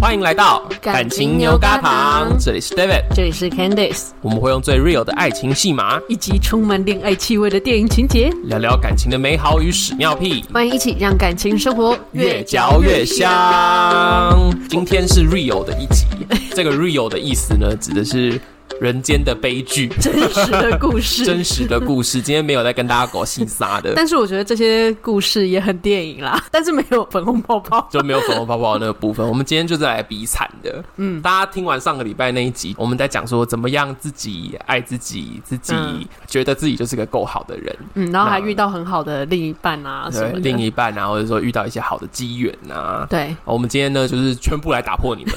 欢迎来到感情牛轧糖这里是 David，这里是 Candice，我们会用最 real 的爱情戏码一集充满恋爱气味的电影情节，聊聊感情的美好与屎尿屁，欢迎一起让感情生活越嚼越香。今天是 real 的一 集，这个 real 的意思呢，指的是人间的悲剧， 真实的故 事。真实的故事。今天没有在跟大家搞戏撒的，但是我觉得这些故事也很电影啦， 但是没有粉红 泡泡。就没有粉红泡泡的那个部分。我们今天就是来比惨的。嗯，大家听完上个礼拜那一集，我们在讲说怎么样自己爱自己，自己嗯觉得自己就是个够好的人，嗯，然后还那遇到很好的另一半啊什对么的。另一半啊，或者说遇到一些好的机缘啊。 对，好我们今天呢，就是全部来打破 你们。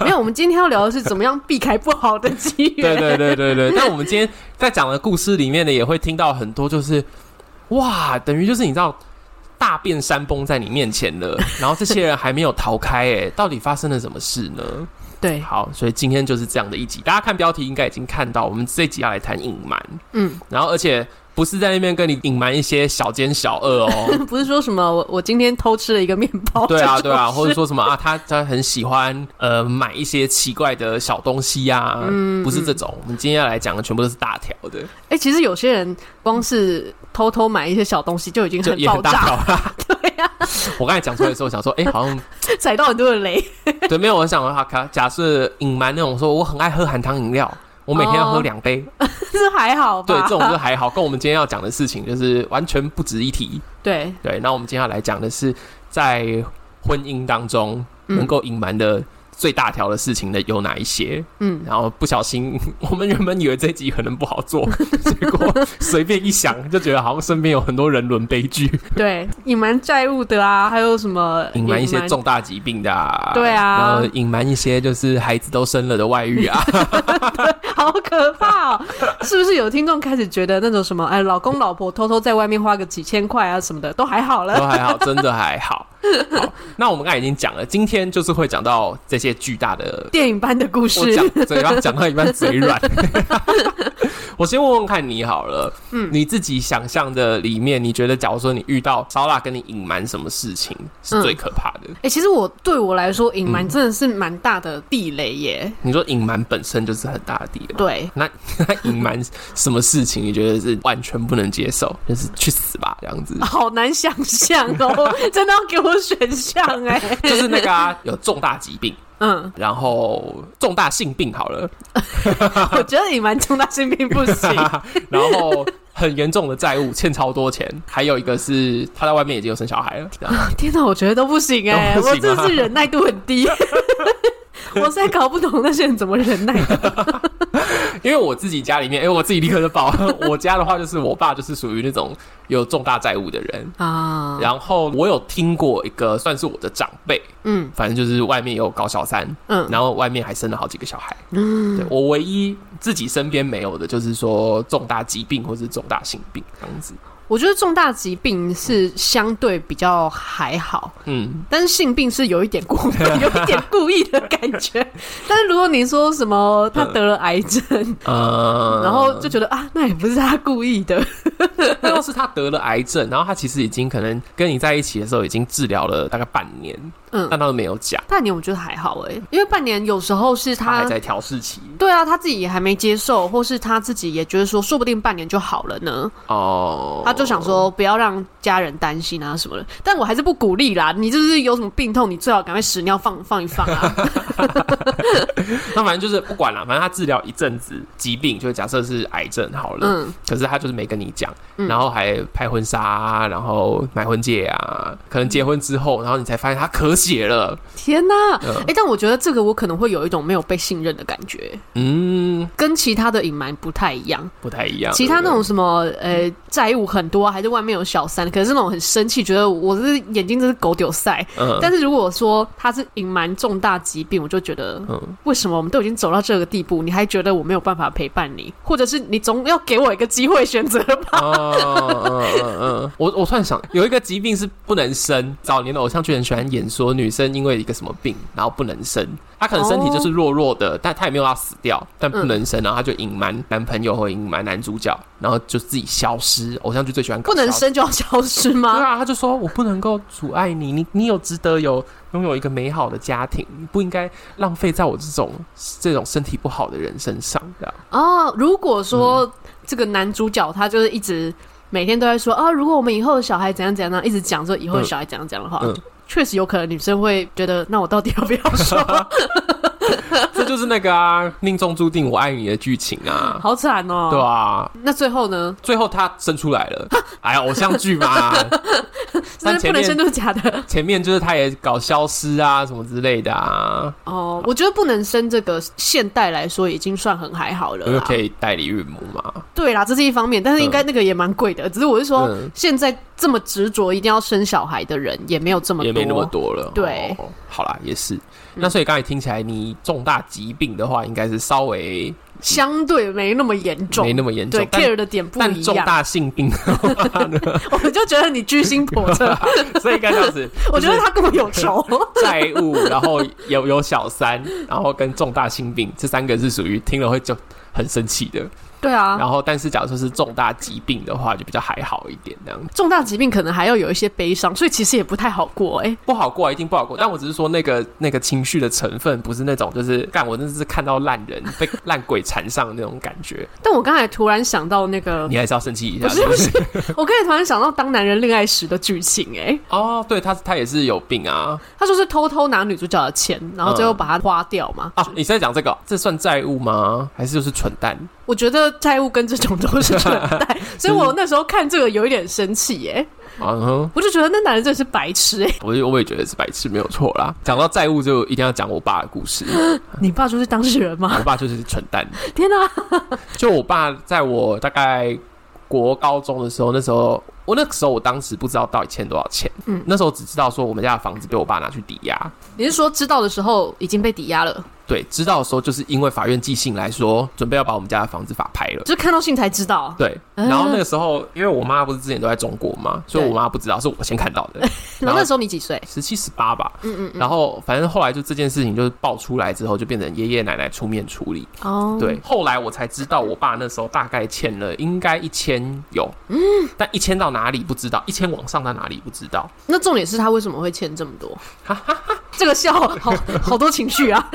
没有，我们今天要聊的是怎么样避开不好的机对缘。对对对对。但我们今天在讲的故事里面呢，也会听到很多，就是哇，等于就是你知道。大变山崩在你面前 了，然后这些人还没有逃开、哎，到底发生了什么事呢？ 对好，所以今天就是这样的一集。大家看标题应该已经看到，我们这一集要来谈隐瞒，嗯，然后而且不是在那边跟你隐瞒一些小奸小恶哦。 不是说什么我我今天偷吃了一个面包。对啊，这种对啊，或者事说什么啊，他他很喜欢呃买一些奇怪的小东西呀、嗯不是这种。我们今天要来讲的全部都是大条的，哎、其实有些人光是偷偷买一些小东西就已经就很也爆很大炸条了，啦。对啊呀、我刚才讲出来的时候，想说，哎、好像 踩到很多的雷。对，没有，我想啊，假假设隐瞒那种说我很爱喝含糖饮料，我每天要喝哦两杯，这还好吧？对，这种就还好，跟我们今天要讲的事情就是完全不值一提。 对对，那我们接下来讲的是在婚姻当中嗯能够隐瞒的最大条的事情的有哪一些？嗯，然后不小心， 我们原本以为这集可能不好做， 结果随便一想就觉得好像身边有很多人伦悲 剧，对，隐瞒债务的啊，还有什么隐瞒一些重大疾病的、啊，对啊然后隐瞒一些就是孩子都生了的外遇 啊，好可怕哦！ 是不是有听众开始觉得那种什么哎，老公老婆偷偷在外面花个几千块啊什么的都还好了？都还好，真的还好。好，那我们刚才已经讲了，今天就是会讲到这些巨大的电影般的故我事，讲嘴巴讲到一半嘴软。我先问问看你好了，嗯，你自己想象的里面，你觉得假如说你遇到烧腊跟你隐瞒什么事情是最可怕的？ 哎、其实我对我来说，隐嗯瞒真的是蛮大的地雷耶。你说隐瞒本身就是很大的敌人， 对，，那那隐瞒什么事情你觉得是完全不能接受？就是去死吧这样子好难想象哦， 真的要给我选项哎、就是那个啊，有重大疾病，嗯，然后重大性病好了， 我觉得隐瞒重大性病不行。然后很严重的债务，欠超多钱，还有一个是他在外面已经有生小孩了， 这样天哪，我觉得都不行哎、都不我行吗啊真的是忍耐度很 低。我实在搞不懂那些人怎么 忍耐的。因为我自己家里面，哎、我自己立刻就报。 我家的话，就是我爸就是属于那种有重大债务的人。啊，然后我有听过一个算是我的长辈，嗯反正就是外面有搞小三，嗯然后外面还生了好几个小孩。对我唯一自己身边没有的，就是说重大疾病或是重大性病这样子。我觉得重大疾病是相对比较还好，嗯，但是性病是有一 点故有一点故意的感觉。但是如果你说什么他得了癌症，呃， 然后就觉得啊，那也不是他故意 的，那要是他得了癌症，然后他其实已经可能跟你在一起的时候已经治疗了大概半年，嗯但。他都没有讲，半年我觉得还好哎、因为半年有时候是他他还在调试期。对啊，他自己也还没接受，或是他自己也觉得说，说不定半年就好了呢。哦，他就想说，不要让家人担心啊什么的。但我还是不鼓励啦，你就是有什么病痛，你最好赶快屎尿放放一放 啊。那反正就是不管了，反正他治疗一阵子疾病，就假设是癌症好了，嗯，可是他就是没跟你讲，嗯然后还拍婚纱、啊，然后买婚戒啊，可能结婚之后，然后你才发现他咳血了，天哪、哎、嗯但我觉得这个我可能会有一种没有被信任的感觉，嗯，跟其他的隐瞒不太一样。不太一样。其他那对啊种不什么呃债务很多啊，还是外面有小三，可是那种很生气，觉得我是眼睛真是狗丢塞。对嗯，但是如果说他是隐瞒重大疾病，我就觉得嗯，为什么我们都已经走到这个地步，你还觉得我没有办法陪伴你，或者是你总要给我一个机会选择吧？哦，嗯嗯嗯，我我突然想，有一个疾病是不能生，早年的偶像剧很喜欢演说女生因为一个什么病，然后不能生，她可能身体就是弱弱的，但她也没有要死掉，但不能生，然后她就隐瞒男朋友和隐瞒男主角，然后就自己消失。偶像剧最喜欢搞不能消失生就要消失对吗？啊，他就说我不能够阻碍你，你你有值得有拥有一个美好的家庭，你不应该浪费在我这种这种身体不好的人身上，这样。哦，如果说这个男主角他就是一直每天都在说啊，如果我们以后的小孩怎样怎样，一直讲说以后的小孩怎样怎样的话嗯，确、实有可能女生会觉得，那我到底要不要说？这就是那个啊， 命中注定我爱你的剧情啊，好惨哦、 对啊，那最后呢？最后他生出来了，哎呀，偶像剧 嘛，真但的不前能生面就是假的 前面就是他也搞消失啊什么之类的啊，哦。我觉得不能生这个现代来说已经算很还好了因为啦。呃可以代理孕母嘛，对啦，这是一方面，但是应该那个也蛮贵的。只是我是说，嗯，现在这么执着一定要生小孩的人也没有这么多，也没那么多了，对嗯哦好啦，也是。那所以刚才听起来，你重大疾病的话，应该是稍微相对没那么严重嗯没。那么严重对，但，care 的点不但一重样，大性 病的话呢，我就觉得你居心叵测， 所以应该这样子，我觉得他跟我有仇。就是债务，然后有有小三，然后跟重大性病这三个是属于听了会就很生气的。对啊，然后，但是假如说是重大疾病的话，就比较还好一点，这样重大疾病可能还要有一些悲伤，所以其实也不太好过哎、不好过，一定不好过。但我只是说那个那个情绪的成分，不是那种就是干我真的是看到烂人被烂鬼缠上的那种感觉，但我刚才突然想到那个你还是要生气一下。嗯不是不是，我刚才突然想到《当男人恋爱时》的剧情、哎， 哦，对他他也是有病啊他就是偷偷拿女主角的钱，然后最嗯后把它花掉嘛。啊！你是在讲这个，这算债务吗？还是就是蠢蛋？我觉得债务跟这种都是存 在，所以我那时候看这个有一点生气，耶，嗯哼。我就觉得那男人真的是白痴，哎，我也我也觉得是白痴，没有错啦。讲到债务，就一定要讲我爸的故 事。你爸就是当事人吗？ 我爸就是蠢蛋，天哪、就我爸在我大概国高中的时候，那时候我那个时候我当时不知道到底欠多少钱，嗯嗯，那时候只知道说我们家的房子被我爸拿去抵押。你是说知道的时候已经被抵押了，对，知道的时候就是因为法院寄信来说，准备要把我们家的房子法拍了。就是看到信才知道？啊对，然后那个时候，因为我妈不是之前都在中国嘛，所以对我妈不知道，是我先看到的。 然后那时候你几岁？十七十八吧，嗯嗯嗯，然后反正后来就这件事情就是爆出来之后，就变成爷爷奶奶出面处理。哦，对，，后来我才知道，我爸那时候大概欠了应该一千有，嗯，但一千到哪里不知道，一千往上到哪里不知道。那重点是他为什么会欠这么 多？这个笑好好多情绪啊！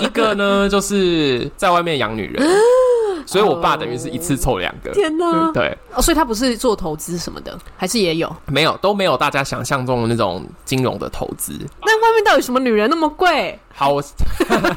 一个呢， 就是在外面养女人，所以我爸等于是一次凑两个。天哪！对，哦，所以他不是做投资什么的，还是也有？没有都没有大家想象中的那种金融的投资。那外面到底什么女人那么贵，好，我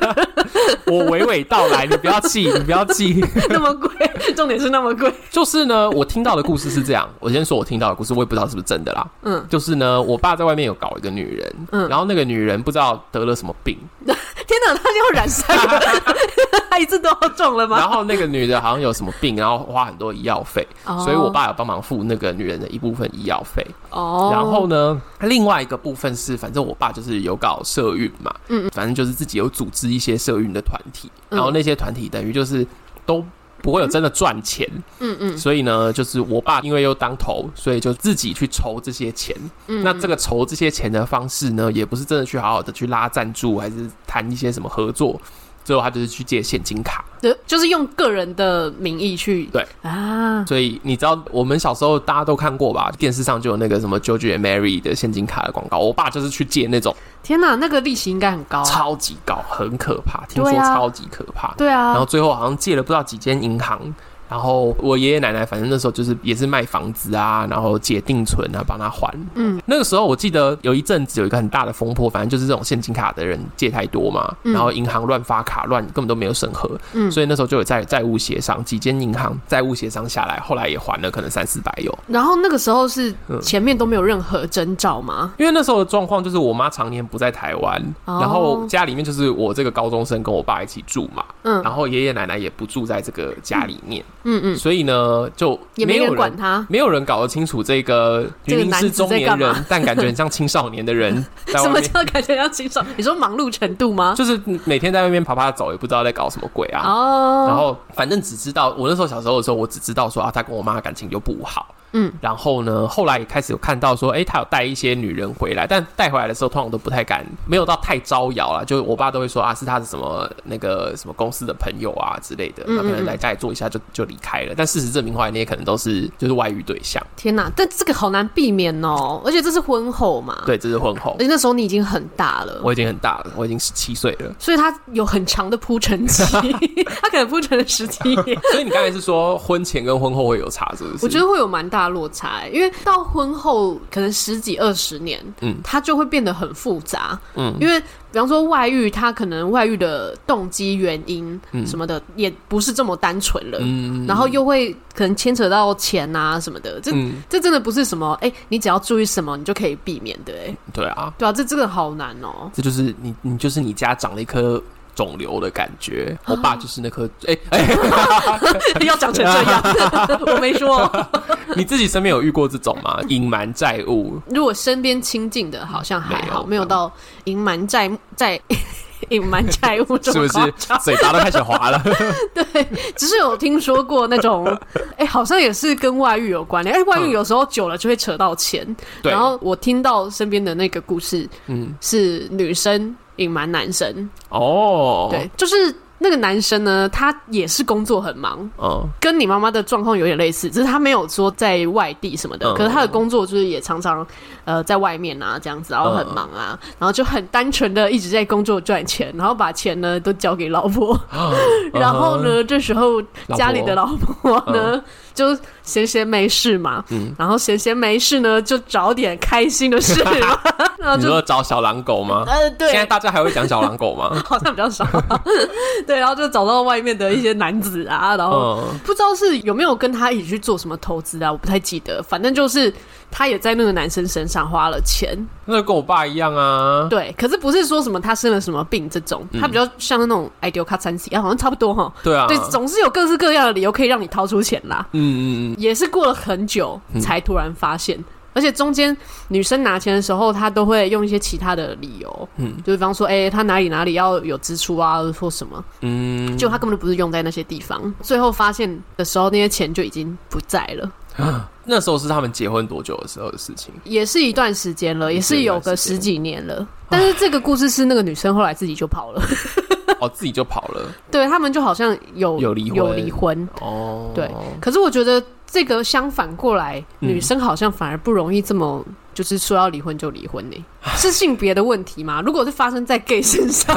我娓娓道来，你不要气，你不要气。 那么贵？ 重点是那么贵。就是呢，我听到的故事是这样，我先说我听到的故事，我也不知道是不是真的啦。嗯，就是呢，我爸在外面有搞一个女人，嗯然后那个女人不知道得了什么病，天哪，他要染色了， 他一次都要中了然吗？后那个女的好像有什么病，然后花很多医药费，哦所以我爸有帮忙付那个女人的一部分医药费。哦，然后呢，另外一个部分是，反正我爸就是有搞社运嘛，嗯，反正就是自己有组织一些社运的团体，嗯然后那些团体等于就是都。不会有真的赚钱，嗯嗯所以呢，就是我爸因为又当头，所以就自己去筹这些钱。嗯，那这个筹这些钱的方式呢，也不是真的去好好的去拉赞助，还是谈一些什么合作，最后他就是去借现金卡。就就是用个人的名义去对啊，所以你知道，我们小时候大家都看过吧？电视上就有那个什么 George and Mary 的现金卡的广告，我爸就是去借那种天哪，那个利息应该很高啊。超级高，很可怕，听说对啊超级可怕。对啊，然后最后好像借了不知道几间银行。然后我爷爷奶奶反正那时候就是也是卖房子啊，然后借定存啊，帮他还。嗯，那个时候我记得有一阵子有一个很大的风波，反正就是这种现金卡的人借太多嘛，嗯然后银行乱发卡，乱根本都没有审核，嗯所以那时候就有债债务协商，几间银行债务协商下来，后来也还了可能三四百有。然后那个时候是嗯前面都没有任何征兆吗？因为那时候的状况就是我妈常年不在台湾，哦然后家里面就是我这个高中生跟我爸一起住嘛，嗯然后爷爷奶奶也不住在这个家里面，嗯嗯，所以呢就也没没有人管他，没有人搞得清楚这个这明个明男是子在中年干嘛人，但感觉很像青少年的 人在什外么面，叫感觉要清爽？你说忙碌程度吗？就是每天在外面爬爬走，也不知道在搞什么鬼啊。哦，然后反正只知道我那时候小时候的时候，我只知道说啊，他跟我妈感情就不好，嗯，然后呢，后来也开始有看到说，哎、他有带一些女人回来，但带回来的时候通常都不太敢，没有到太招摇啦。就我爸都会说啊，是他的什么那个什么公司的朋友啊之类的，嗯嗯那可能来家里坐一下就就离开了。但事实证明，后来那些可能都是就是外遇对象，天哪！但这个好难避免哦，而且这是婚后嘛，，对，这是婚后而。且那时候你已经很大了，我已经很大了，我已经十七岁 了。所以他有很长的铺陈 期，他可能铺陈了十七年。所以你刚才是说婚前跟婚后会有差，是不是？我觉得会有蛮大的落差、因为到婚后可能十几二十年，嗯它就会变得很复杂，嗯因为比方说外遇，它可能外遇的动机、原因嗯什么的，也不是这么单纯了，嗯然后又会可能牵扯到钱啊什么的，这、嗯，这真的不是什么，哎、你只要注意什么，你就可以避免的、哎，对啊，对啊，这这个好难 哦、这就是你，你就是你家长了一颗肿瘤的感觉。我爸就是那颗，哎、哎、 要讲成这样， 我没 说。你自己身边有遇过这种吗？隐瞒债务，如果身边亲近的，好像还好，没有嗯没有到隐瞒债债 隐瞒债务这是么不夸是张。嘴巴都开始滑 了？只是有听说过那种， 哎、好像也是跟外遇有关联。哎、外遇嗯有时候久了就会扯到钱。对，然后我听到身边的那个故事嗯，是女生隐瞒男生，哦，对，，就是那个男生呢，他也是工作很忙， 嗯，跟你妈妈的状况有点类似，只是他没有说在外地什么的，嗯可是他的工作就是也常常呃在外面啊这样子，然后很忙啊，嗯然后就很单纯的一直在工作赚钱，然后把钱呢都交给老婆， 嗯然后呢、这时候啊老婆家里的老婆呢、就闲闲没事嘛，嗯然后闲闲没事呢就找点开心的 事嘛，然后你就说找小狼狗吗？呃现在 对。大家还会讲小狼狗 吗？好像比较少，对，然后就找到外面的一些男子啊，然后嗯，不知道是有没有跟他一起去做什么投资啊，我不太记得。反正就是他也在那个男生身上花了钱，那跟我爸一样啊。对。可是不是说什么他生了什么病这种，嗯他比较像那种 ideal 卡三 C 啊，好像差不多哈。对啊，对，总是有各式各样的理由可以让你掏出钱啦。嗯嗯嗯，也是过了很久嗯才突然发现，而且中间女生拿钱的时候，她都会用一些其他的理由，嗯嗯，就是比方说，哎、她哪里哪里要有支出啊，或什么，嗯，就他根本就不是用在那些地方。最后发现的时候，那些钱就已经不在了。那时候是他们结婚多久的时候的事情？ 也是一段时间嗯了，也是有个十几年了。但是这个故事是那个女生后来自己就跑了， 哦，自己就跑了。对他们就好像有有离婚有离婚。哦，对可是我觉得这个相反过来，嗯女生好像反而不容易这么。就是说要离婚就离婚呢、 是性别的问题吗？如果是发生在 gay 身 上，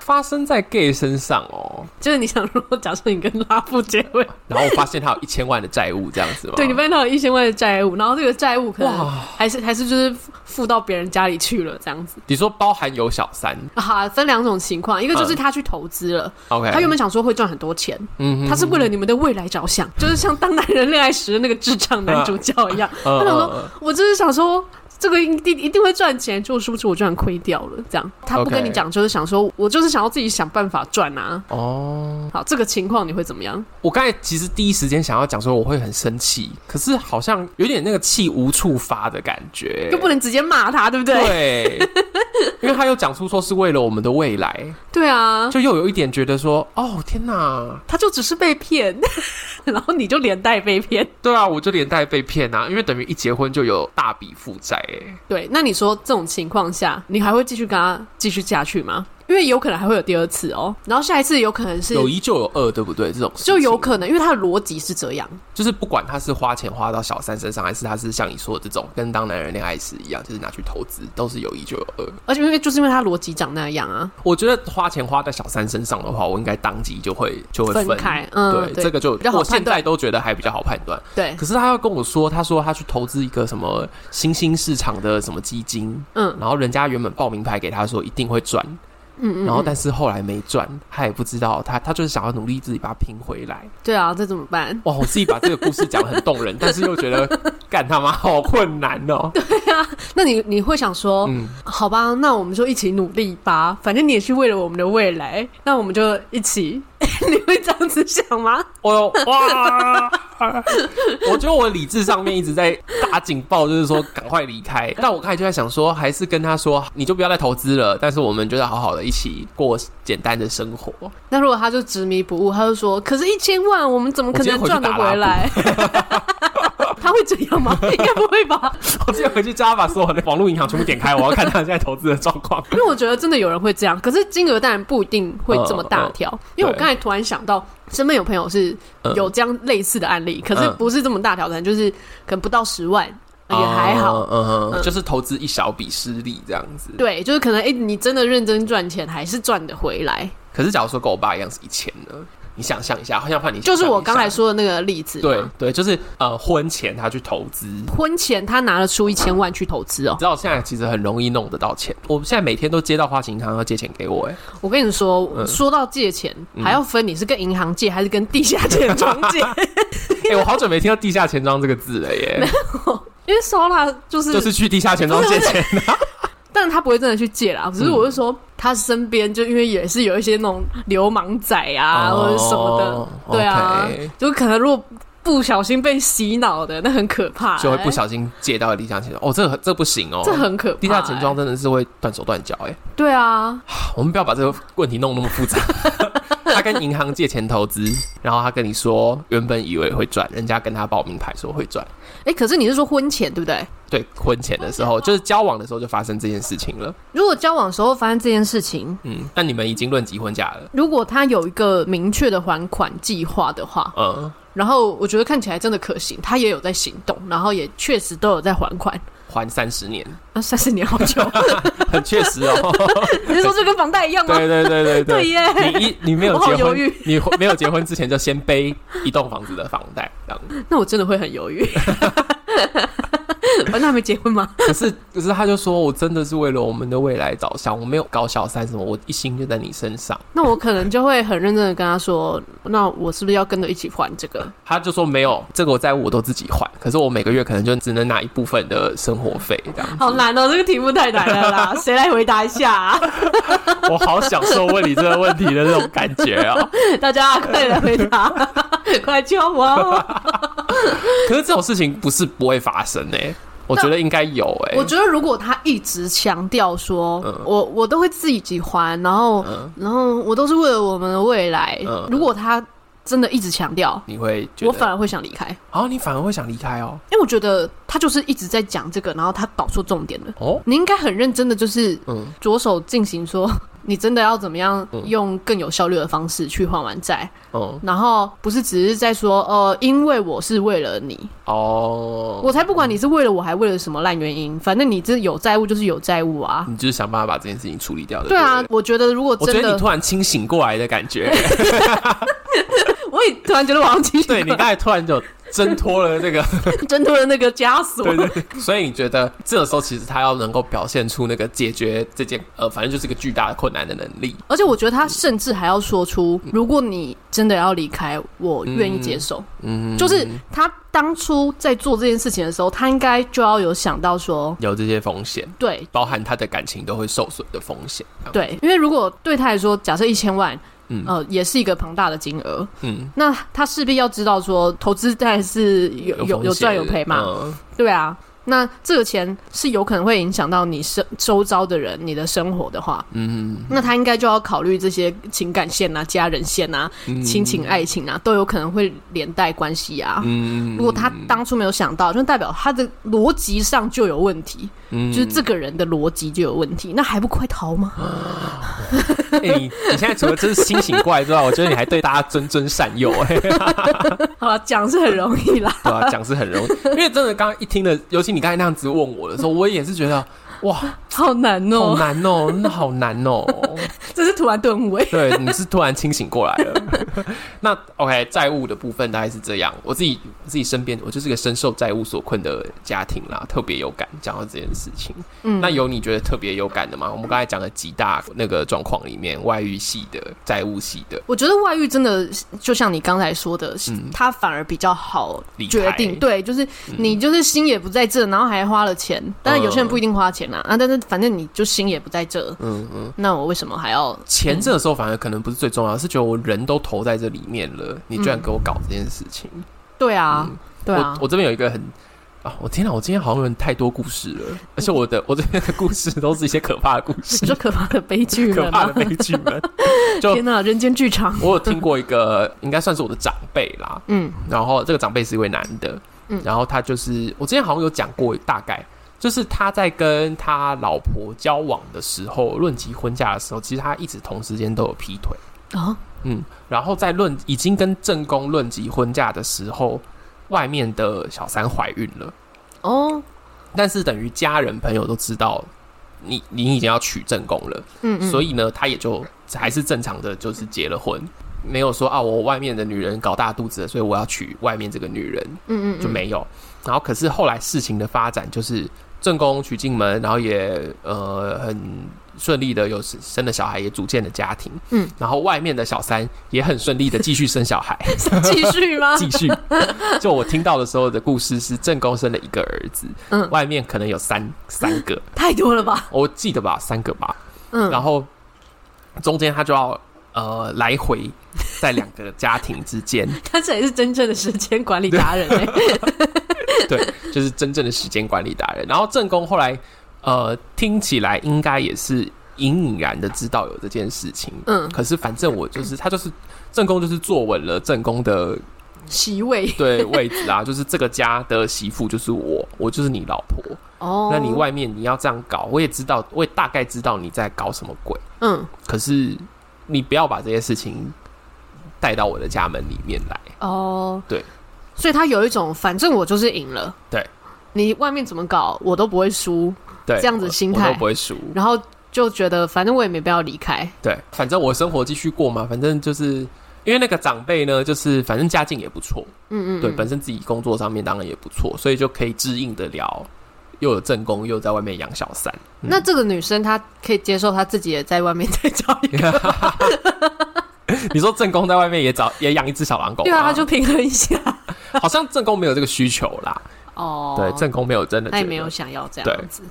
发生在 gay 身上哦。就是你想如果假设你跟拉布结婚，然后我发现他有一千万的债务，这样子吗？对你被到一千万的债务，然后这个债务可能哇，还是还是就是付到别人家里去了这样子。你说包含有小三啊，分两种情况，一个就是嗯他去投资了， ，OK，他原本想说会赚很多钱，嗯他是为了你们的未来着想，就是像当代人恋爱时的那个智障男主角一样。嗯嗯他想嗯说，我就是想说。这个一定一定会赚钱，就是不是我居然亏掉了？这样他不 OK 跟你讲，就是想说，我就是想要自己想办法赚啊。哦，好，这个情况你会怎么样？我刚才其实第一时间想要讲说我会很生气，可是好像有点那个气无处发的感觉，就不能直接骂他，对不对？对， 因为他又讲出说是为了我们的未来，对啊，就又有一点觉得说，哦天哪，他就只是被骗， 然后你就连带被骗。对啊，我就连带被骗啊，因为等于一结婚就有大笔负债，哎，对，那你说这种情况下，你还会继续跟他继续下去吗？因为有可能还会有第二次哦，然后下一次有可能是有一就有二，对不对？这种事就有情可能，因为他的逻辑是这样，就是不管他是花钱花到小三身上，还是他是像你说的这种跟当男人恋爱时一样，就是拿去投资，都是有一就有二。而且因为就是因为他逻辑长那样啊，我觉得花钱花在小三身上的话，我应该当即就会 就会分开嗯对，对这个就比较好我现判断在都觉得还比较好判断。对，可是他要跟我说，他说他去投资一个什么新兴市场的什么基金，嗯然后人家原本报名牌给他说一定会赚，嗯嗯，然后嗯但是后来没赚，他也不知道，他他就是想要努力自己把它拼回来。对啊，这怎么办？哇，我自己把这个故事讲的很动人，但是又觉得干他妈好困难哦。那你你会想说，嗯，好吧，那我们就一起努力吧，反正你也是为了我们的未来，那我们就一起， 你会这样子想吗？我有哇，哎我觉得我理智上面一直在打警报，就是说赶快离开。但我刚才就在想说，还是跟他说，你就不要再投资了，但是我们就要好好的一起过简单的生活。那如果他就 执迷不悟，他就说，可是一千万我们怎么可能赚得回来？他会这 样吗？应该不会吧？我今天回去家把所有的网络银行全部点开，我要看他现在投资的状况。因为我觉得真的有人会这样，可是金额当然不一定会这么呃大条。因为我对刚才突然想到，身边有朋友是嗯 有这样类似的案例，可是嗯不是这么大条，可能就是可能不到十万，也还好。嗯，嗯嗯嗯，就是投资一小笔失利这样子。对，就是可能哎、诶你真的认真赚钱，还是赚得回来。可是假如说跟我爸一样是一千呢？你想象一下，好像怕你就是我想刚象一才下说的那个例子嘛，对对，就是呃，婚前他去投资，婚前他拿得出一千万去投 资哦你。知道现在其实很容易弄得到钱。我现在每天都接到花旗银行要借钱给我、 哎，我跟你说，嗯说到借钱，还要分你是跟银行借还是跟地下 钱庄借，哎，我好久没听到地下钱庄这个字了 耶，因为 Sola 就是，就是去地下钱庄 借钱的。但他不会真的去借啦。只嗯是我是说，他身边就因为也是有一些那种流氓仔啊、哦或者什么的，对啊 OK 就可能如果不小心被洗脑的，那很可怕、就会不欸小心借到地下钱庄，哦，这个这不行哦，这很可怕、地下钱庄欸真的是会断手断脚哎。对啊，我们不要把这个问题弄那么复 杂。他跟银行借钱投资，然后他跟你说原本以为会赚，人家跟他报名牌说会赚。哎、可是你是说婚前对不对？对，婚前的时候就是交往的时候就发生这件事情了。如果交往时候发生这件事情，嗯，但你们已经论及婚嫁了。如果他有一个明确的还款计划的话，嗯，然后我觉得看起来真的可行，他也有在行动，然后也确实都有在还款。还三十年，啊，三十年好 久， 很确实 哦。你是说这跟房贷一样吗？对对对对对耶你一你没有 我好结犹婚豫，你没有结婚之前就先背一栋房子的房贷，这样。那我真的会很犹豫。 反正还没结婚吗？ 可是可是他就说我真的是为了我们的未来着想，我没有搞小三什么，我一心就在你身上。那我可能就会很认真的跟他说，那我是不是要跟着一起还这个？他就说没有这个我债务我都自己还，可是我每个月可能就只能拿一部分的生活费这样。好难哦，这个题目太难了啦，谁来回答一下、啊？我好享受问你这个问题的那种感觉啊、大家快来回 答，快救我哦！可是这种事情不是不会发生哎、我觉得应该有哎、我觉得如果他一直强调说，嗯我我都会自己还，然后、嗯然后我都是为了我们的未来。嗯如果他真的一直强调，你会觉我得，反而会想离开，哦，你反而会想离开哦。因为我觉得他就是一直在讲这个，然后他导出重点了。哦，你应该很认真的，就是嗯着手进行说， 你真的要怎么样嗯用更有效率的方式去还完债，嗯然后不是只是在说，呃，因为我是为了你，哦，我才不管你是为了我还为了什么烂原因，反正你这有债务就是有债务啊。你就是想办法把这件事情处理掉的。对啊不，我觉得如果我觉真得的你，突然清醒过来的感 觉，我也突然觉得王晶对你刚才突然就挣脱了这 个，挣脱了那个枷锁。对对。对所以你觉得这个时候其实他要能够表现出那个解决这件呃，反正就是一个巨大的困难的能力。而且我觉得他甚至还要说出，嗯如果你真的要离开，我愿意接受。嗯，就是他当初在做这件事情的时候，他应该就要有想到说，有这些风险，对包含他的感情都会受损的风险。这样，对，因为如果对他来说，假设一千万，嗯呃，也是一个庞大的金额，嗯，那他势必要知道说，投资当然是有有风有险赚有赔嘛，嗯对啊，那这个钱是有可能会影响到你生周遭的人、你的生活的话，嗯那他应该就要考虑这些情感线啊、家人线啊、嗯亲情、爱情啊，都有可能会连带关系啊。嗯如果他当初没有想到，就代表他的逻辑上就有问题，嗯就是这个人的逻辑就有问题，那还不快逃吗？ 哎、你你现在除了真是清醒过来之外，我觉得你还对大家谆谆善诱、 哎，对好了，讲是很容易啦，吧、讲是很容易，因为真的刚刚一听的，尤其你刚才那样子问我的时候，我也是觉得哇， 好难好哦、难哦、真的好难哦、这是突然顿悟欸。对，你是突然清醒过来了。 那 OK，债务的部分大概是这样。我自己我自己身边，我就是个深受债务所困的家庭啦，特别有感。讲到这件事情，嗯那有你觉得特别有感的吗？我们刚才讲的几大那个状况里面，外遇系的、债务系的，我觉得外遇真的就像你刚才说的，嗯他反而比较好理决定。财对，就是嗯你就是心也不在这，然后还花了钱。但是有些人不一定花钱啦，啊，但是反正你就心也不在这，嗯嗯，那我为什么还要？钱这个时候反而可能不是最重要，是觉得我人都投在这里面了，你居然给我搞这件事情。对啊，嗯对啊我，我这边有一个很。啊！我天哪！我今天好像有太多故事 了，而且我的我这边的故事都是一些 可怕的故事。你说可怕的悲剧可了怕的吗？悲剧 们。就天哪，人间剧场。我有听过一个，应该算是我的长辈啦。嗯然后这个长辈是一位男的，嗯然后他就是我之前好像有讲过，大概就是他在跟他老婆交往的时候，论及婚嫁的时候，其实他一直同时间都有劈腿。啊，嗯，然后在论已经跟正宫论及婚嫁的时候，外面的小三怀孕了，哦，但是等于家人朋友都知道你你已经要娶正宫了，嗯嗯，所以以呢，他也就还是正常的，就是结了婚，没有说啊我外面的女人搞大肚子了，所以我要娶外面这个女人嗯嗯就，没有。然后可是后来事情的发展就是正宫娶进门，然后也呃很顺利的有生了小孩，也组建了家庭，嗯，然后外面的小三也很顺利的继续生小孩，嗯继续吗？继 续。就我听到的时候的故事是正宫生了一个儿子，嗯外面可能有三三个，太多了吧？我记得吧，三个吧。嗯，然后中间他就要呃来回在两个家庭之 间，他这也是真正的时间管理达人哎、就是真正的时间管理达人。然后正宫后来呃听起来应该也是隐隐然的知道有这件事情，嗯，可是反正我就是他就是正宫就是坐稳了正宫的席位对位置啊，就是这个家的媳妇就是我，我就是你老婆。哦。 那你外面你要这样搞，我也知道，我也大概知道你在搞什么鬼。嗯可是你不要把这些事情带到我的家门里面来。哦对，所以他有一种反正我就是赢了，对你外面怎么搞我都不会输，对，这样子我心我态都不会输。然后就觉得反正我也没必要离开，对，反正我生活继续过嘛，反正就是。因为那个长辈呢，就是反正家境也不错，嗯嗯，对，嗯本身自己工作上面当然也不错，所以就可以支应得了，又有正宫，又在外面养小三。 嗯那这个女生她可以接受她自己也在外面再找一个，你说正宫在外面也找也养一只小狼狗吗， 对啊，她就平衡一下。好像正宫没有这个需求啦，哦，对，正宫没有真的她也觉没有嗯得想要这样子。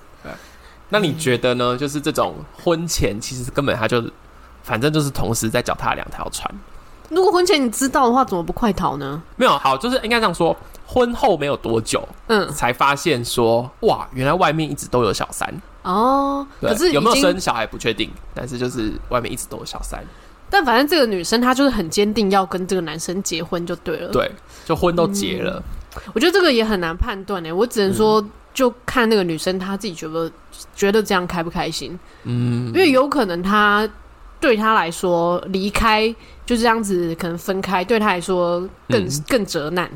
那你觉得呢？就是这种婚前，其实根本他就反正就是同时在脚踏两条船，如果婚前你知道的话，怎么不快逃呢？没有好，就是应该这样说，婚后没有多久嗯，才发现说，哇，原来外面一直都有小三，哦，可对，是已有没有经生小孩不确定，但是就是外面一直都有小三，但反正这个女生她就是很坚定要跟这个男生结婚就对了。，对，就婚都结了，我觉得这个也很难判断呢、我只能说，就看那个女生她自己觉不觉得这样开不开心，嗯，因为有可能她对她来说离开就这样子，可能分开对她来说更、嗯更折难，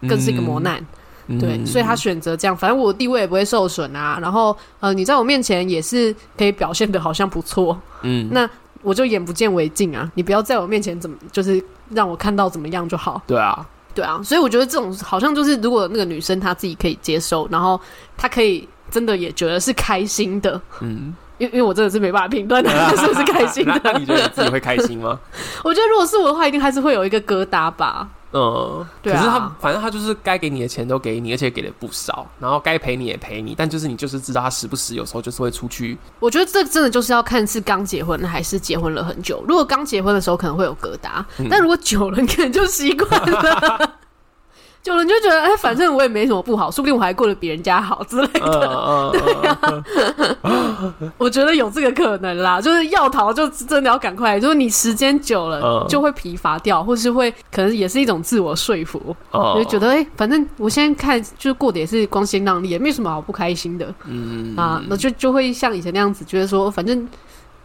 嗯更是一个磨，难。嗯对，所以她选择这样，反正我地位也不会受损啊。然后呃，你在我面前也是可以表现的好像不错，嗯那我就眼不见为净啊！你不要在我面前怎么，就是让我看到怎么样就好。对啊，对啊，所以我觉得这种好像就是，如果那个女生她自己可以接受，然后她可以真的也觉得是开心的， 嗯，因为因为我真的是没办法评 断她是不是开心那那的。你觉得你自己会开心吗？我觉得如果是我的话，一定还是会有一个疙瘩吧。嗯，对啊可是他反正他就是该给你的钱都给你，而且给的不少，然后该陪你也陪你，但就是你就是知道他时不时有时候就是会出去，我觉得这真的就是要看是刚结婚还是结婚了很久。如果刚结婚的时候可能会有疙瘩，嗯但如果久了，你可能就习惯了。久了你就觉得，哎，反正我也没什么不好，说不定我还过得比人家好之类的。嗯 嗯嗯，我觉得有这个可能啦，就是要逃就真的要赶快，就是你时间久了嗯就会疲乏掉，或是会可能也是一种自 我说服，嗯就觉得哎、诶反正我现在看就是过得也是光鲜亮丽，也没有什么好不开心的嗯啊，那就就会像以前那样子，觉得说哦反正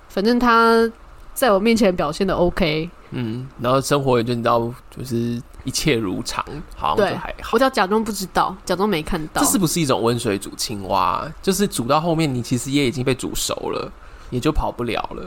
反正他在我面前表现的 OK，嗯，然后生活也就你知道，就是一切如常，好像对就还好我。只要假装不知道，假装没看到这，是不是一种温水煮青蛙？就是煮到后面，你其实也已经被煮熟了，也就跑不了了。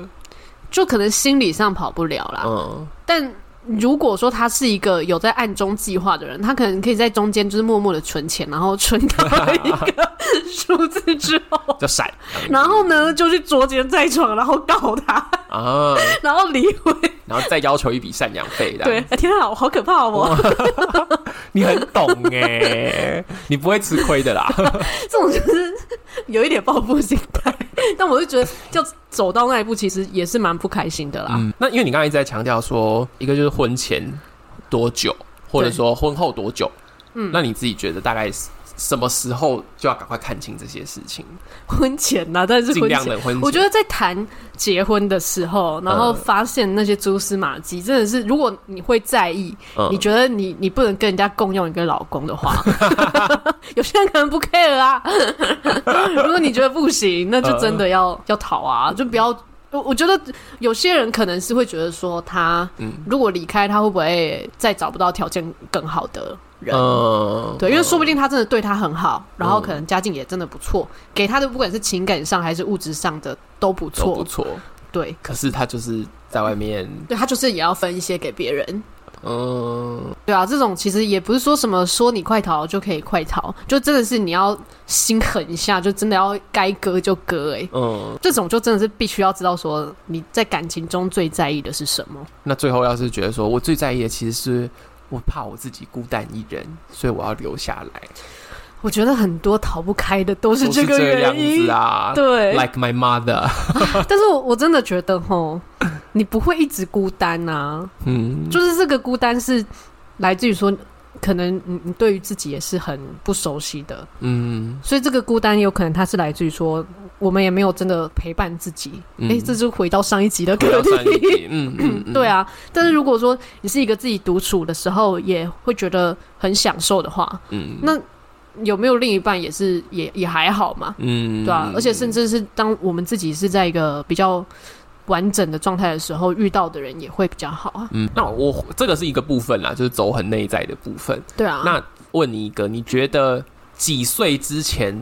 就可能心理上跑不了啦。嗯，但如果说他是一个有在暗中计划的人，他可能可以在中间就是默默的存钱，然后存到了 一个数字之后，叫闪然后呢就去捉奸在床，然后告他，啊，然后离婚。然后再要求一笔赡养费的。对，，哎天啊，我好可怕哦！你很懂哎、你不会吃亏的啦。这种就是有一点报复心 态，但我就觉得要走到那一步，其实也是蛮不开心的啦。嗯，那因为你刚才一直在强调说，一个就是婚前多久，或者说婚后多久，嗯，那你自己觉得大概是什么时候就要赶快看清这些事情，婚前呐、但是尽婚量前。的婚前。我觉得在谈结婚的时候，然后嗯发现那些蛛丝马迹，真的是，如果你会在意，嗯你觉得你你不能跟人家共用一个老公 的话，有些人可能不 care 啊。 如果你觉得不行，那就嗯真的要、要逃啊，就不要。我我觉得有些人可能是会觉得说他，嗯如果离开，他会不会再找不到条件更好的人？嗯，对，因为说不定定他真的对他很好，然后嗯可能家境也真的不错，给他的不管是情感上还是物质上的都不嗯都错。不错，对，可是他就是在外面，对他就是也要分一些给别人。嗯，对啊，这种其实也不是说什么说你快逃就可以快逃，就真的是你要心狠一下，就真的要该割就割、欸。嗯，这种就真的是必须要知道说你在感情中最在意的是什么。那最后要是觉得说我最在意的其实是我怕我自己孤单一人，所以我要留下来，我觉得很多逃不开的都是都是个这样原因。子啊。对 Like my mother，但是我我真的觉得 吼，你不会一直孤单啊。嗯，就是这个孤单是来自于说，可能你你对于自己也是很不熟悉的，嗯，所以这个孤单有可能它是来自于说，我们也没有真的陪伴自己。哎、嗯这就回到上一集的不课要啊算一 题。点，嗯嗯，嗯对，啊，但是如果说你是一个自己独处的时候，也会觉得很享受的话，嗯那有没有另一半也是也也还好嘛，嗯，对啊，而且甚至是当我们自己是在一个比较完整的状态的时候，遇到的人也会比较好啊，嗯，那我这个是一个部分啦，就是走很内在的部分。对啊，那问你一个，你觉得几岁之前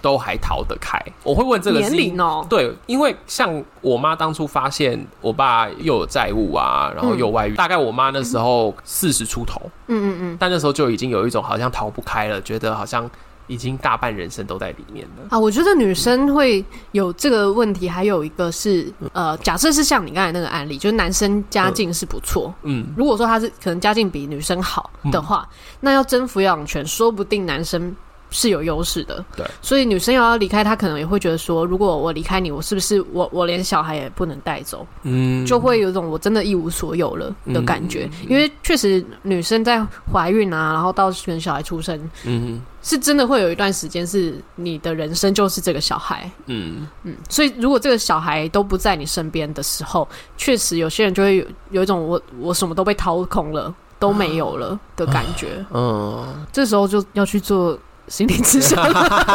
都还逃得开？我会问这个年是因龄哦、对，因为像我妈当初发现我爸又有债务啊，然后又有外遇，大概我妈那时候四十出头，嗯嗯嗯嗯。但那时候就已经有一种好像逃不开了，觉得好像已经大半人生都在里面了。啊，我觉得女生会有这个问题，还有一个是，嗯呃，假设是像你刚才那个案例，就是男生家境是不错，嗯，如果说他是可能家境比女生好的话，那要争抚养权，说不定男生是有优势的。对，所以女生要离开他，可能也会觉得说，如果我离开你，我是不是我我连小孩也不能带走，嗯就会有一种我真的一无所有了的感觉。嗯因为确实女生在怀孕啊，然后到选小孩出生，嗯是真的会有一段时间是你的人生就是这个小孩，嗯嗯，所以如果这个小孩都不在你身边的时候，确实有些人就会有有一种我我什么都被掏空了，都没有了的感觉，嗯，这时候就要去做心理咨商，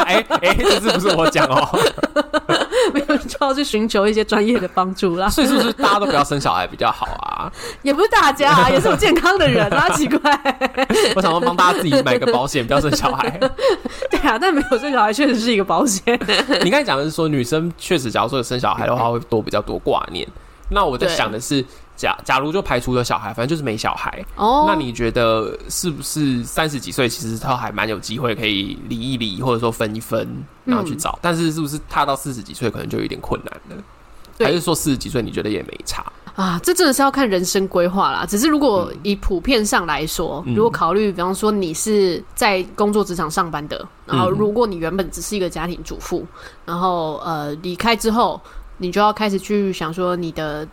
哎哎，这是不是我讲哦？没有就要去寻求一些专业的帮助 啦，所以是不是大家都不要生小孩比较好啊？也不是大家、啊、也是有健康的人啊，奇怪，我想说帮大家自己买个保险，不要生小孩。对啊，但没有这小孩确实是一个保险，你刚才讲的是说，女生确实，假如说有生小孩的话，会多比较多挂念。那我在对想的是，假假如就排除了小孩，反正就是没小孩。哦那你觉得是不是三十几岁，其实他还蛮有机会可以离一离，或者说分一分，然后去嗯找？但是是不是踏到四十几岁，可能就有一点困难了？对还是说四十几岁你觉得也没差？啊，这真的是要看人生规划啦。只是如果以普遍上来说，嗯如果考虑，比方说你是在工作职场上班的，然后嗯如果你原本只是一个家庭主妇，然后呃离开之后，你就要开始去想说你的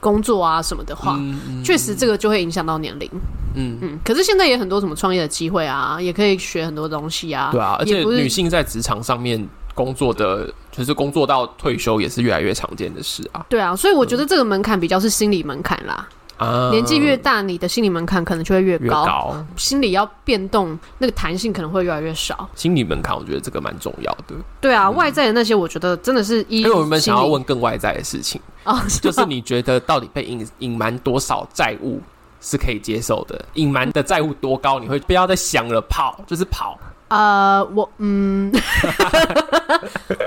工作啊什么的话。嗯嗯确实，这个就会影响到年龄。嗯，嗯，可是现在也很多什么创业的机会啊，也可以学很多东西啊。对啊，而且也不是女性在职场上面工作的，就是工作到退休也是越来越常见的事啊。对啊，所以我觉得这个门槛比较是心理门槛啦。啊，年纪越大，你的心理门槛可能就会越越高，高，心理要变动，那个弹性可能会越来越少。心理门槛，我觉得这个蛮重要的。对啊，外在的那些，我觉得真的是一。嗯因为我们想要问更外在的事情，啊，哦就是你觉得到底被隐隐瞒多少债务是可以接受的？隐瞒的债务多高，你会不要再想了，跑就是跑。 呃，我 嗯，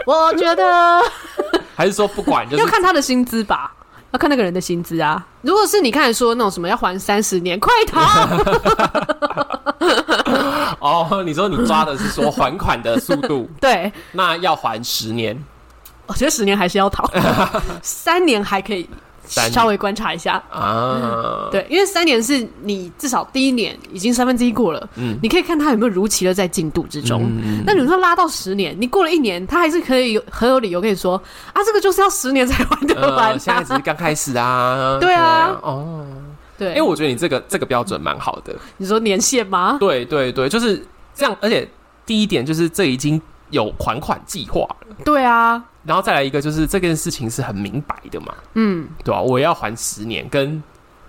我觉得还是说不管，就 要是看他的薪资吧，要看那个人的薪资啊。如果是你刚才说那种什么要还三十年，快 逃！哦，你说你抓的是说还款的速度，对，那要还十年，我觉得十年还是 要逃，三年还可以三年稍微观察一下。啊，对，因为三年是你至少第一年已经三分之一过了，嗯你可以看他有没有如期的在进度之中。嗯那你说拉到十年，你过了一年，他还是可以有很有理由跟你说啊，这个就是要十年才玩得完、呃，现在只是刚开始 啊，对啊哦，对，哎、我觉得你这个这个标准蛮好的，你说年限吗？对对对，就是这样，而且第一点就是这已经有还款计划了，对啊，然后再来一个就是这件事情是很明白的嘛，嗯，对吧、我要还十年，跟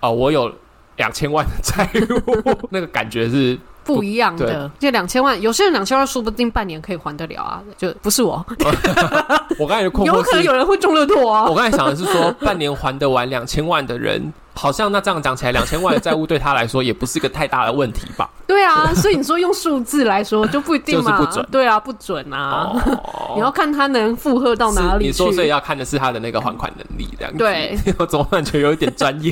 啊、呃我有两千万的债务，那个感觉是不一样对的。这两千万，有些人两千万说不定半年可以还得了啊，就不是我，我刚才的困惑有是哦可能有人会中乐透啊我。刚才想的是说，半年还得完两千万的人，好像那这样讲起来，两千万的债务对他来说也不是一个太大的问题吧？对啊，所以你说用数字来说就不一定嘛， 就是不准对啊，不准啊。 哦你要看他能负荷到哪是里你去说，所以要看的是他的那个还款能力，这样子。对， 我总感觉有一点专 业，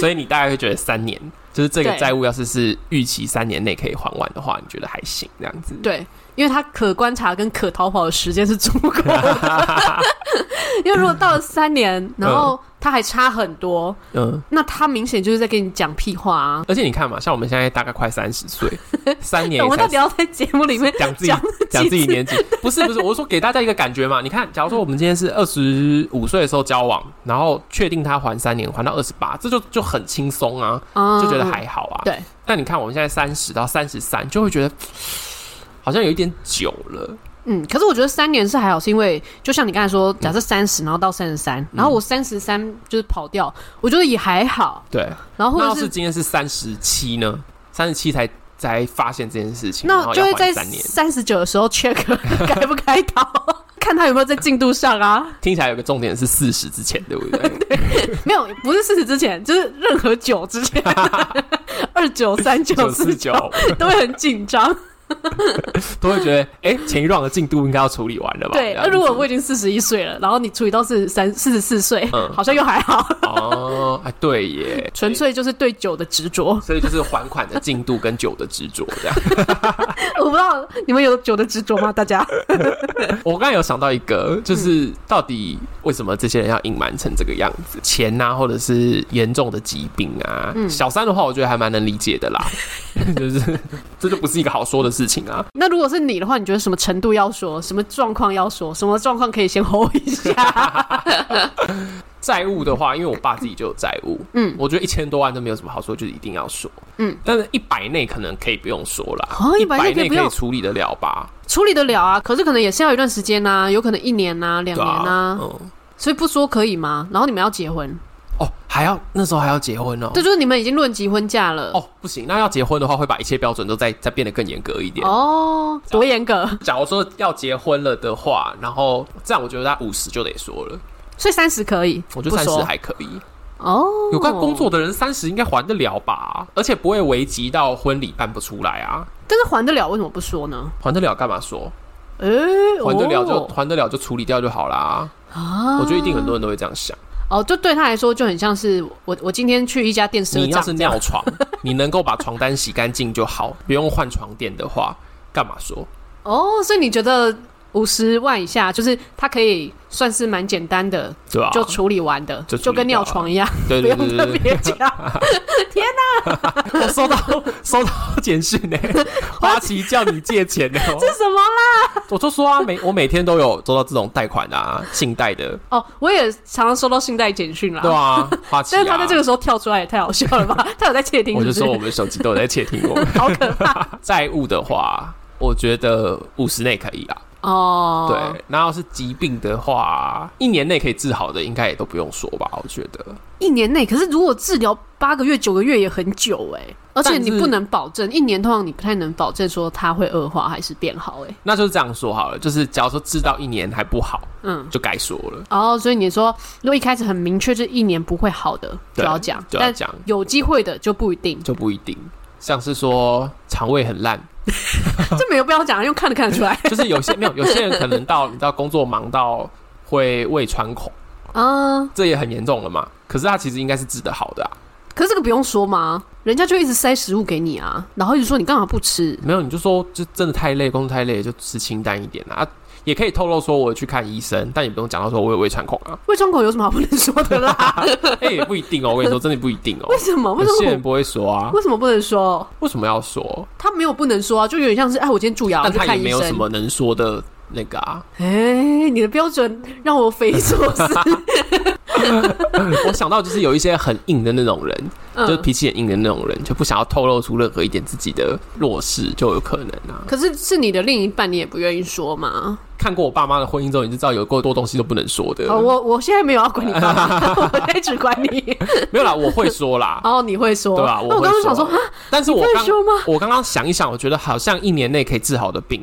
所以你大概会觉得三年，就是这个对债务要是是预期三年内可以还完的话，你觉得还行这样 子？对，因为他可观察跟可逃跑的时间是足 够的。因为如果到了三年，然后他还差很多，嗯，那他明显就是在跟你讲屁话啊！而且你看嘛，像我们现在大概快三十 岁，三年我们才到底要在节目里面讲自己 讲讲自己几次年纪，不是不是，我是说给大家一个感觉嘛。你看，假如说我们今天是二十五岁的时候交往，然后确定他还三年，还到二十八，这就就很轻松啊，啊就觉得还好啊。对。但你看我们现在三十到三十三，就会觉得 好像有一点久了。嗯，可是我觉得三年是还好，是因为就像你刚才说，假设三十，然后到三十嗯三，然后我三十三就是跑掉，我觉得也还好。对，然后那或要者是是今天是三十七呢？三十七才才发现这件事情，然那后就要会还在三年，三十九的时候 check 该不该逃，看他有没有在进度 上啊？听起来有个重点是四十之前，对不 对？没有，不是四十之前，就是任何九之 前，二九、三九、九四四九九 都会很紧张。都会觉得，哎、前一 round 的进度应该要处理完了吧？对，这那样如果子我已经四十一岁了，然后你处理到四十三、四十四岁，嗯好像又 还好，哦，哎，对耶，纯粹就是对酒的执着。所以就是还款的进度跟酒的执着这样。 我不知道你们有酒的执 着吗？大家？我刚才有想到一个，嗯就是到底为什么这些人要隐瞒成这个样子？钱啊，或者是严重的疾病啊。嗯小三的话，我觉得还蛮能理解的 啦，就是这就不是一个好说的事情啊。那如果是你的话，你觉得什么程度要说，什么状况要说，什么状况可以先 hold 一下？债务的话，因为我爸自己就有债务，嗯，我觉得一千多万都没有什么好说，就是一定要说，嗯，但是一百内可能可以不用说啦，哦一100内可以内可不以用处理得了吧？处理得了啊，可是可能也是要一段时间呐、有可能一年呐、两对年啊呐、，嗯，所以不说可以吗？然后你们要结婚，哦，还要那时候还要结婚哦，这就是你们已经论及婚嫁了。哦，不行，那要结婚的话，会把一切标准都再再变得更严格一点。哦，多严格！假如说要结婚了的话，然后这样我觉得他五十就得说了，所以三十可以，我觉不得三十说还可以。哦。有关工，作的人三十应该还得了吧，而且不会危及到婚礼办不出来啊。但是还得了，为什么不说呢？还得了干嘛说？哎、还得了就、哦还得了就处理掉就好啦。啊我觉得一定很多人都会这样想。哦，就对他来说就很像是我我今天去一家店赊你要账是这样，尿床， 你能够把床单洗干净就好，不用换床垫的话，干嘛说？哦，所以你觉得五十万以下，就是他可以算是蛮简单的对吧、就处理完的，就处理就跟尿床一样，对不对用对特对对。别讲。 我 收到收到简讯呢、花旗叫你借钱呢、 这是什么啦？我就说啊，每我每天都有收到这种贷款啊、信贷的，哦，我也常常收到信贷简讯啦。对啊，花旗、啊。 但是他在这个时候跳出来也太好笑了吧？他有在窃听我就是不是说我们手机都有在窃听我们 好可怕债务的话，我觉得五十内可以啦。哦。对，那要是疾病的话，一年内可以治好的，应该也都不用说吧？我觉得。一年内，可是如果治疗八个月、九个月也很久哎、而且你但是不能保证，一年通常你不太能保证说它会恶化还是变好哎、那就是这样说好了，就是假如说治到一年还不好，嗯。就该说了，哦，所以你说，如果一开始很明确，就是一年不会好的，就对啊要讲，就要但讲，，有机会的就不一定就不一定。像是说肠胃很烂，啊 这没有必要讲，因为看得看得出来就是有些没有，有些人可能到你知道工作忙到会胃穿孔， 啊。这也很严重了嘛。可是他其实应该是治得好的啊，可是这个不用说嘛，人家就一直塞食物给你啊，然后一直说你干嘛不吃？没有你就说就真的太累，工作太累就吃清淡一点啊。啊也可以透露说我有去看医生，但也不用讲到说我有胃穿孔啊， 胃穿孔有什么好不能说的啦？哎、也不一定哦。我跟你说，真的不一定哦为。什么？为有些什人么？不会说啊，为什么不能说？为什么要说？他没有不能说啊，就有点像是哎，我今天蛀牙，我但去他也看没医有什生。么能说的那个啊。 哎，你的标准让我匪夷所思。我想到就是有一些很硬的那种人，就是嗯，脾气很硬的那种人，就不想要透露出任何一点自己的弱势，就有可能啊。 可是是你的另一半，你也不愿意说嘛？看过我爸妈的婚姻之后，你就知道有够多东西都不能说的。哦，我我现在没有要管你爸妈， 我现在只管你。没有啦，我会说 啦，然后哦你会说，对吧？那我会刚刚想说，说啊，，但是你我会刚说吗？我刚刚想一想，我觉得好像一年内可以治好的病，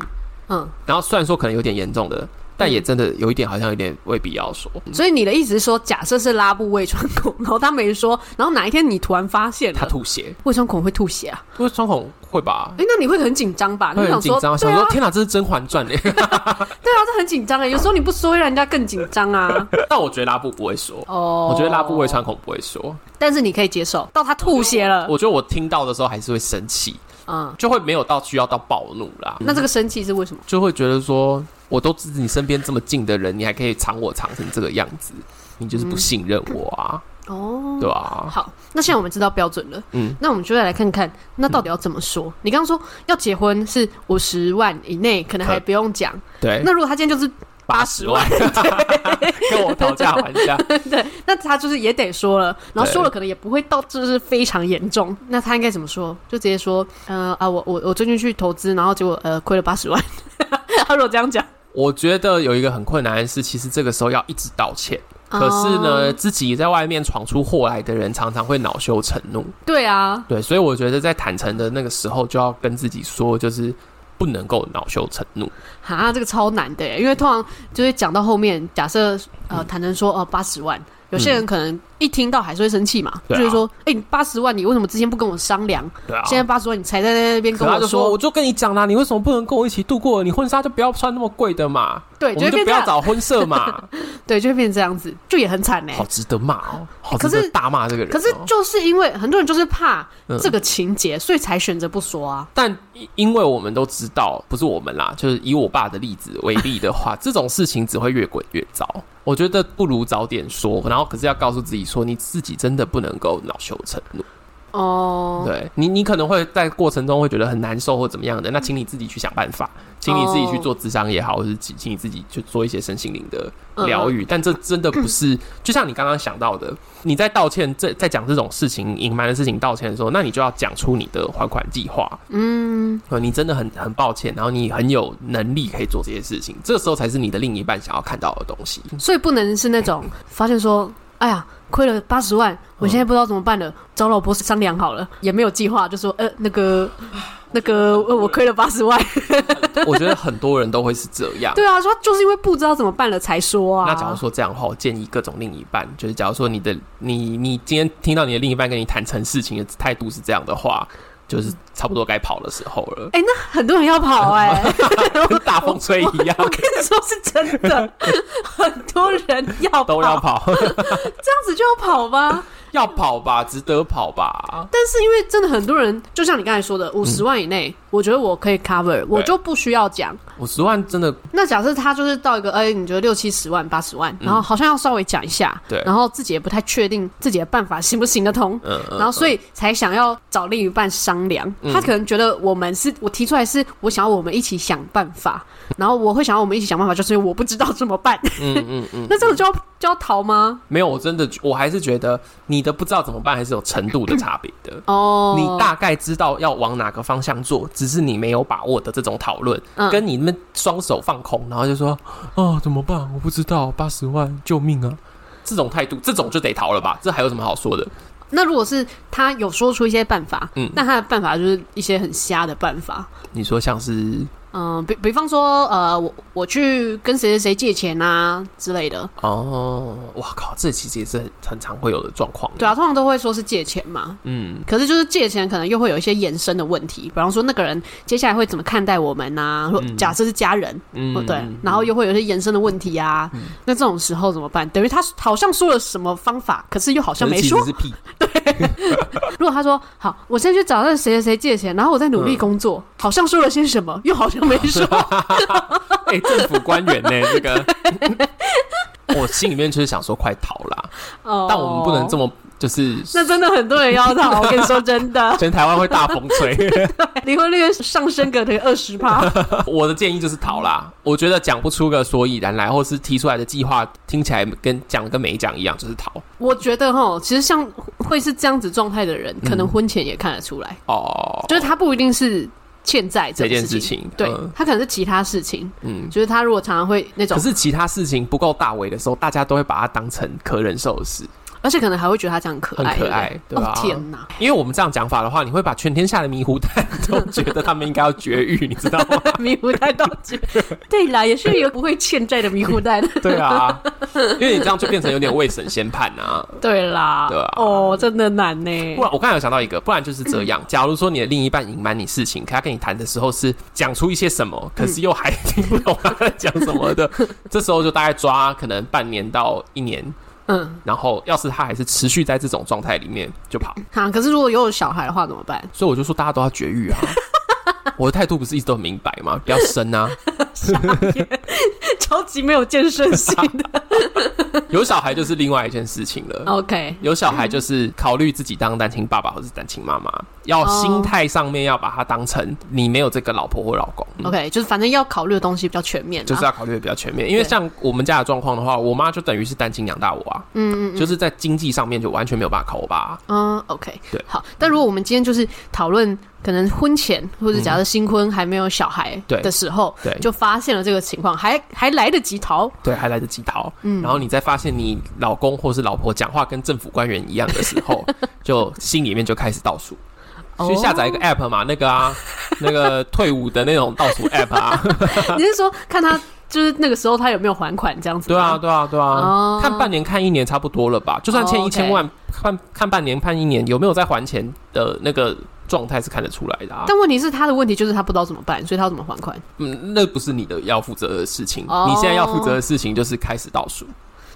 嗯，然后虽然说可能有点严重的，但也真的有一点好像有点未必要说。嗯所以你的意思是说，假设是拉布胃穿孔，然后他没说，然后哪一天你突然发现他了吐血，胃穿孔会吐血啊？因为双孔会吧哎、，那你会很紧张吧？你会很紧张，对想啊说，天哪，这是《甄嬛传》哎。对啊，这很紧张哎，有时候你不说会让人家更紧 张啊。 但我觉得拉布不会说，哦，我觉得拉布胃，穿孔不会说。但是你可以接受，到他吐血了，我觉得我听到的时候还是会生气，嗯，就会没有到需要到暴怒啦，那这个生气是为什么？就会觉得说，我都是你身边这么近的人，你还可以藏我藏成这个样子，你就是嗯不信任我啊，哦，对吧、好，那现在我们知道标准了，嗯嗯，那我们就再来看看，那到底要怎么说？你刚刚说要结婚是五十万以内，可能还不用讲。对，那如果他今天就是八十万，跟我讨价还价，对，那他就是也得说了，然后对说了可能也不会到就是非常严重，那他应该怎么说？就直接说，呃啊，我我我最近去投资，然后结果呃亏了八十万。 他如果这样讲，我觉得有一个很困难的是，其实这个时候要一直道歉。可是呢，哦，自己在外面闯出祸来的人，常常会恼羞成怒。对啊，对，所以我觉得在坦诚的那个时候，就要跟自己说，就是不能够恼羞成怒。哈，这个超难的耶，因为通常就是讲到后面，假设嗯呃，坦诚说哦八十万，有些人可能一听到还是会生气嘛，对啊就是说，哎、你八十万你为什么之前不跟我商量？对啊，现在八十万你才在那边可跟他我就说，我就跟你讲啦，你为什么不能跟我一起度过？你婚纱就不要穿那么贵的嘛，我对，就会们就变不这要样，找婚社嘛，对，就会变成这样子，就也很惨呢。好值得骂哦，好值可是得大骂这个人哦。可是就是因为很多人就是怕嗯这个情节，所以才选择不说啊。但因因为我们都知道，不是我们啦，就是以我爸的例子为例的话，这种事情只会越滚越糟。我觉得不如早点说，然后可是要告诉自己说，你自己真的不能够恼羞成怒。哦，对你，你可能会在过程中会觉得很难受或怎么样的，那请你自己去想办法，请你自己去做智商也好，或是请请你自己去做一些身心灵的疗愈。但这真的不是，就像你刚刚想到的，你在道歉这在讲这种事情、隐瞒的事情道歉的时候，那你就要讲出你的还款计划。嗯，呃，你真的很很抱歉，然后你很有能力可以做这些事情，这时候才是你的另一半想要看到的东西。所以不能是那种发现说，哎呀，亏了八十嗯万，我现在不知道怎么办了，找老婆商量好了，也没有计划，就说，呃，那个，那个，呃我亏了八 十万。我觉得很多人都会是这样。对啊，说就是因为不知道怎么办了才说啊。，那假如说这样的话，我建议各种另一半，就是假如说你的你你今天听到你的另一半跟你坦诚事情的态度是这样的话，就是差不多该跑的时候了哎，那很多人 要跑哎、跟大风吹一样我跟你说是真 的，很多人要跑，都要跑，这样子就要跑吗？要跑吧，值得跑吧。但是因为真的很多人，就像你刚才说嗯的，五十万以内，我觉得我可以 cover，我就不需要讲。五十万真的那假设他就是到一个，哎、你觉得六七十万、八十万，然后好像要稍微讲一下，嗯对然后自己也不太确定自己的办法行不行得通，嗯嗯然后所以才想要找另一半商量。他可能觉得我们是我提出来是我想要我们一起想办法，然后我会想要我们一起想办法，就是因为我不知道怎么办。嗯嗯嗯， 那这种就要就要逃吗？没有，我真的我还是觉得你的不知道怎么办还是有程度的差别的。哦，你大概知道要往哪个方向做，只是你没有把握的这种讨论，嗯跟你们双手放空，然后就说哦怎么办？我不知道，八十万，救命啊！这种态度，这种就得逃了吧？这还有什么好说的？那如果是他有说出一些办法，嗯那他的办法就是一些很瞎的办法，你说像是嗯、比比方说，呃，我我去跟谁谁谁借钱啊之类的，哦，哇靠，这其实也是很很常会有的状况。对啊，通常都会说是借钱嘛，嗯，可是就是借钱可能又会有一些延伸的问题，比方说那个人接下来会怎么看待我们呐、或嗯假设是家人，嗯哦对，然后又会有一些延伸的问题啊，那这种时候怎么办？等于他好像说了什么方法，可是又好像可没是其说实。是屁，如果他说好，我先去找那谁谁谁借钱，然后我再努力工作，嗯好像说了些什么，又好像没说。哎、政府官员呢、这 个，我心里面就是想说快逃啦，哦 但我们不能这么么就是哦那真的很多人要逃，我跟你说 真的，全台湾会大风吹。离婚率上升个得二十趴。 我的建议就是逃啦，我觉得讲不出个所以然来，或是提出来的计划听起来跟讲跟没讲一样，就是逃我觉得哈，其实像会是这样子状态的人，可能婚前也看得出来，哦。就是他不一定是欠债这这件件事事情，情，对、嗯他可能是其他事情，嗯就是他如果常常会那种可，是其他事情不够大为的时候，大家都会把它当成可忍受的事，而且可能还会觉得他这样可爱，很可爱对不对吧啊哦天哪， 因为我们这样讲法的话，你会把全天下的迷糊蛋都觉得他们应该要绝育，你知道吗？迷糊蛋到 底，对啦，也是一个不会欠债的迷糊蛋，对啊，因为你这样就变成有点未审先判啊。对啦，对啊哦，真的难呢不。然我刚才有想到一个，不然就是这样。假如说你的另一半隐瞒你事情，可他跟你谈的时候是讲出一些什么，可是又还听不懂他在讲什么的，这时候就大概抓可能半年到一年，嗯，然后要是他还是持续在这种状态里面，就跑。好，可是如果有小孩的话怎么 办？所以我就说大家都要绝育啊。我的态度不是一直都很明白吗？不要生啊，超级没有建设性的。有小孩就是另外一件事情了。 OK，有小孩就是考虑自己当单亲爸爸或是单亲妈妈，要心态上面要把它当成你没有这个老婆或老公。 OK，就是反正要考虑的东西比较全面啦，就是要考虑的比较全面，因为啊对像我们家的状况的话，我妈就等于是单亲养大我啊，嗯嗯就是在经济上面就完全没有办法靠我爸啊、嗯，OK，对好。但如果我们今天就是讨论可能婚前或者假设新婚还没有小孩嗯对的时候，对就发现了这个情况，还还来得及逃，对，还来得及逃。嗯，然后你再发现你老公或是老婆讲话跟政府官员一样的时 候，就心里面就开始倒数。哦去下载一个 app 嘛，那个啊，那个退伍的那种倒数 app 啊， 你是说看他就是那个时候他有没有还款这样子？对啊，，对啊，对啊哦，看半年看一年差不多了吧？就算欠哦一，OK 千万，看看半年判一年，有没有在还钱的那个状态是看得出来的啊。但问题是他的问题就是他不知道怎么办，所以他要怎么还款？嗯，那不是你的要负责的事情。哦你现在要负责的事情就是开始倒数。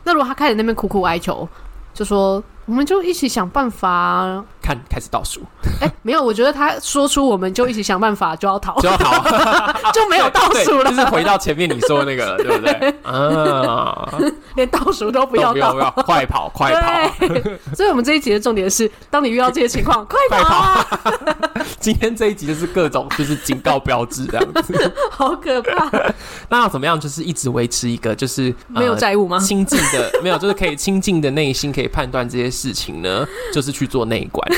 那如果他开始那边苦苦哀求，就说我们就一起想办法啊， 看，开始倒数哎、没有，我觉得他说出我们就一起想办法就要逃，就要逃， 就没有哦倒数对了，就是回到前面你说的那个了，对不对？啊， 连倒数都不不要不要倒不。要，快跑快跑！对， 所以我们这一集的重点是，当你遇到这些情 况，快快跑啊！ 今天这一集就是各种就是警告标志这样子。 好可怕！呃那要怎么样？就是一直维持一个就是没有。债务吗呃？清静的没有，就是可以清静的内心可以判断这些事情呢，就是去做内观。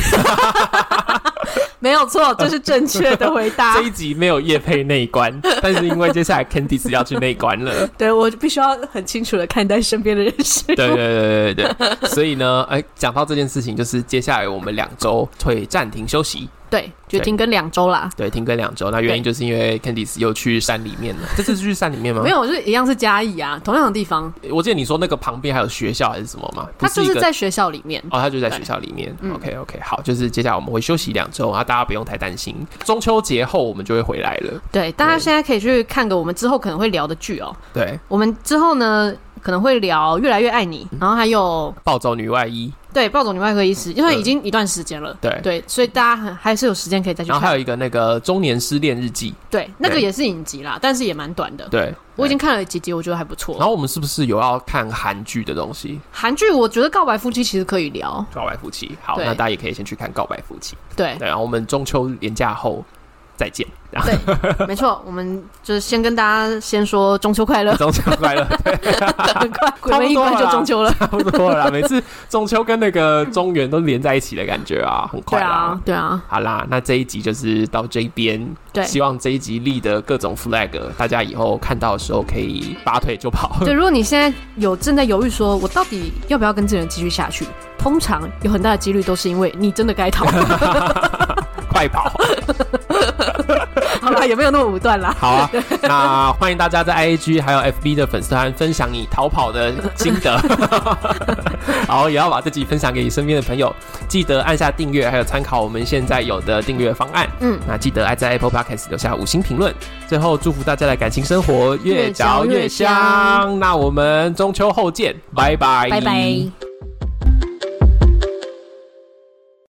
没有错，这是正确的回答 这。一集没有夜配内观，但是因为接下来 Candice 要去内观了，对我必须要很清楚的看待身边的人 事物。对对对对对对，所以呢，哎、讲到这件事情，就是接下来我们两周会暂停休息，对，就停更两周啦。对，停更两周。那原因就是因为 Candice 又去山里面了，这次是去山里面吗？没，有，就是一样是嘉义啊，同样的地方，我记得你说那个旁边还有学校还是什么吗？他不就是一是个。在嗯学校里面。哦，他就在学校里面。OK OK，好，就是接下来我们会休息两周啊，大家不用太担心。中秋节后我们就会回来了。对，大家现在可以去看个我们之后可能会聊的剧哦。对，我们之后呢可能会聊《越来越爱你》，然后还有暴走女外衣，对暴走女外科医师，因为嗯已经一段时间了。对对，所以大家很还是有时间可以再去然后看还。有一个那个中年失恋日记。对，那个对也是影集啦，但是也蛮短的。对，我已经对。看了几集，我觉得还不然错。后我们是不是有要看韩剧的东西？韩剧我觉得《告白夫妻》其实可以聊，告白夫妻，好，对那大家也可以先去看告白夫妻。对对，然后我们中秋连假后再见， 然后，对， 没错。我们就是先跟大家先说中秋快乐中秋快乐，很 快鬼差不多门一关就啦中秋了。差不多了啦。每次中秋跟那个中元都连在一起的感觉啊，很对快啦啊。，对啊，好啦，那这一集就是到这边，对希望这一集立的各种 flag，大家以后看到的时候可以拔腿就跑。 对。如果你现在有正在犹豫说，我到底要不要跟这个人继续下去，通常有很大的几率都是因为你真的该 逃。快跑！好啦，也没有那么武断啦。好啊，那欢迎大家在 IG 还有 FB 的粉丝团分享你逃跑的心得， 好，也要把自己分享给你身边的朋友。记得按下订阅，还有参考我们现在有的订阅方案。嗯，那记得爱在 Apple Podcast 留下五星评论。最后，祝福大家的感情生活越嚼越越嚼越香。那我们中秋后见，拜拜，拜拜。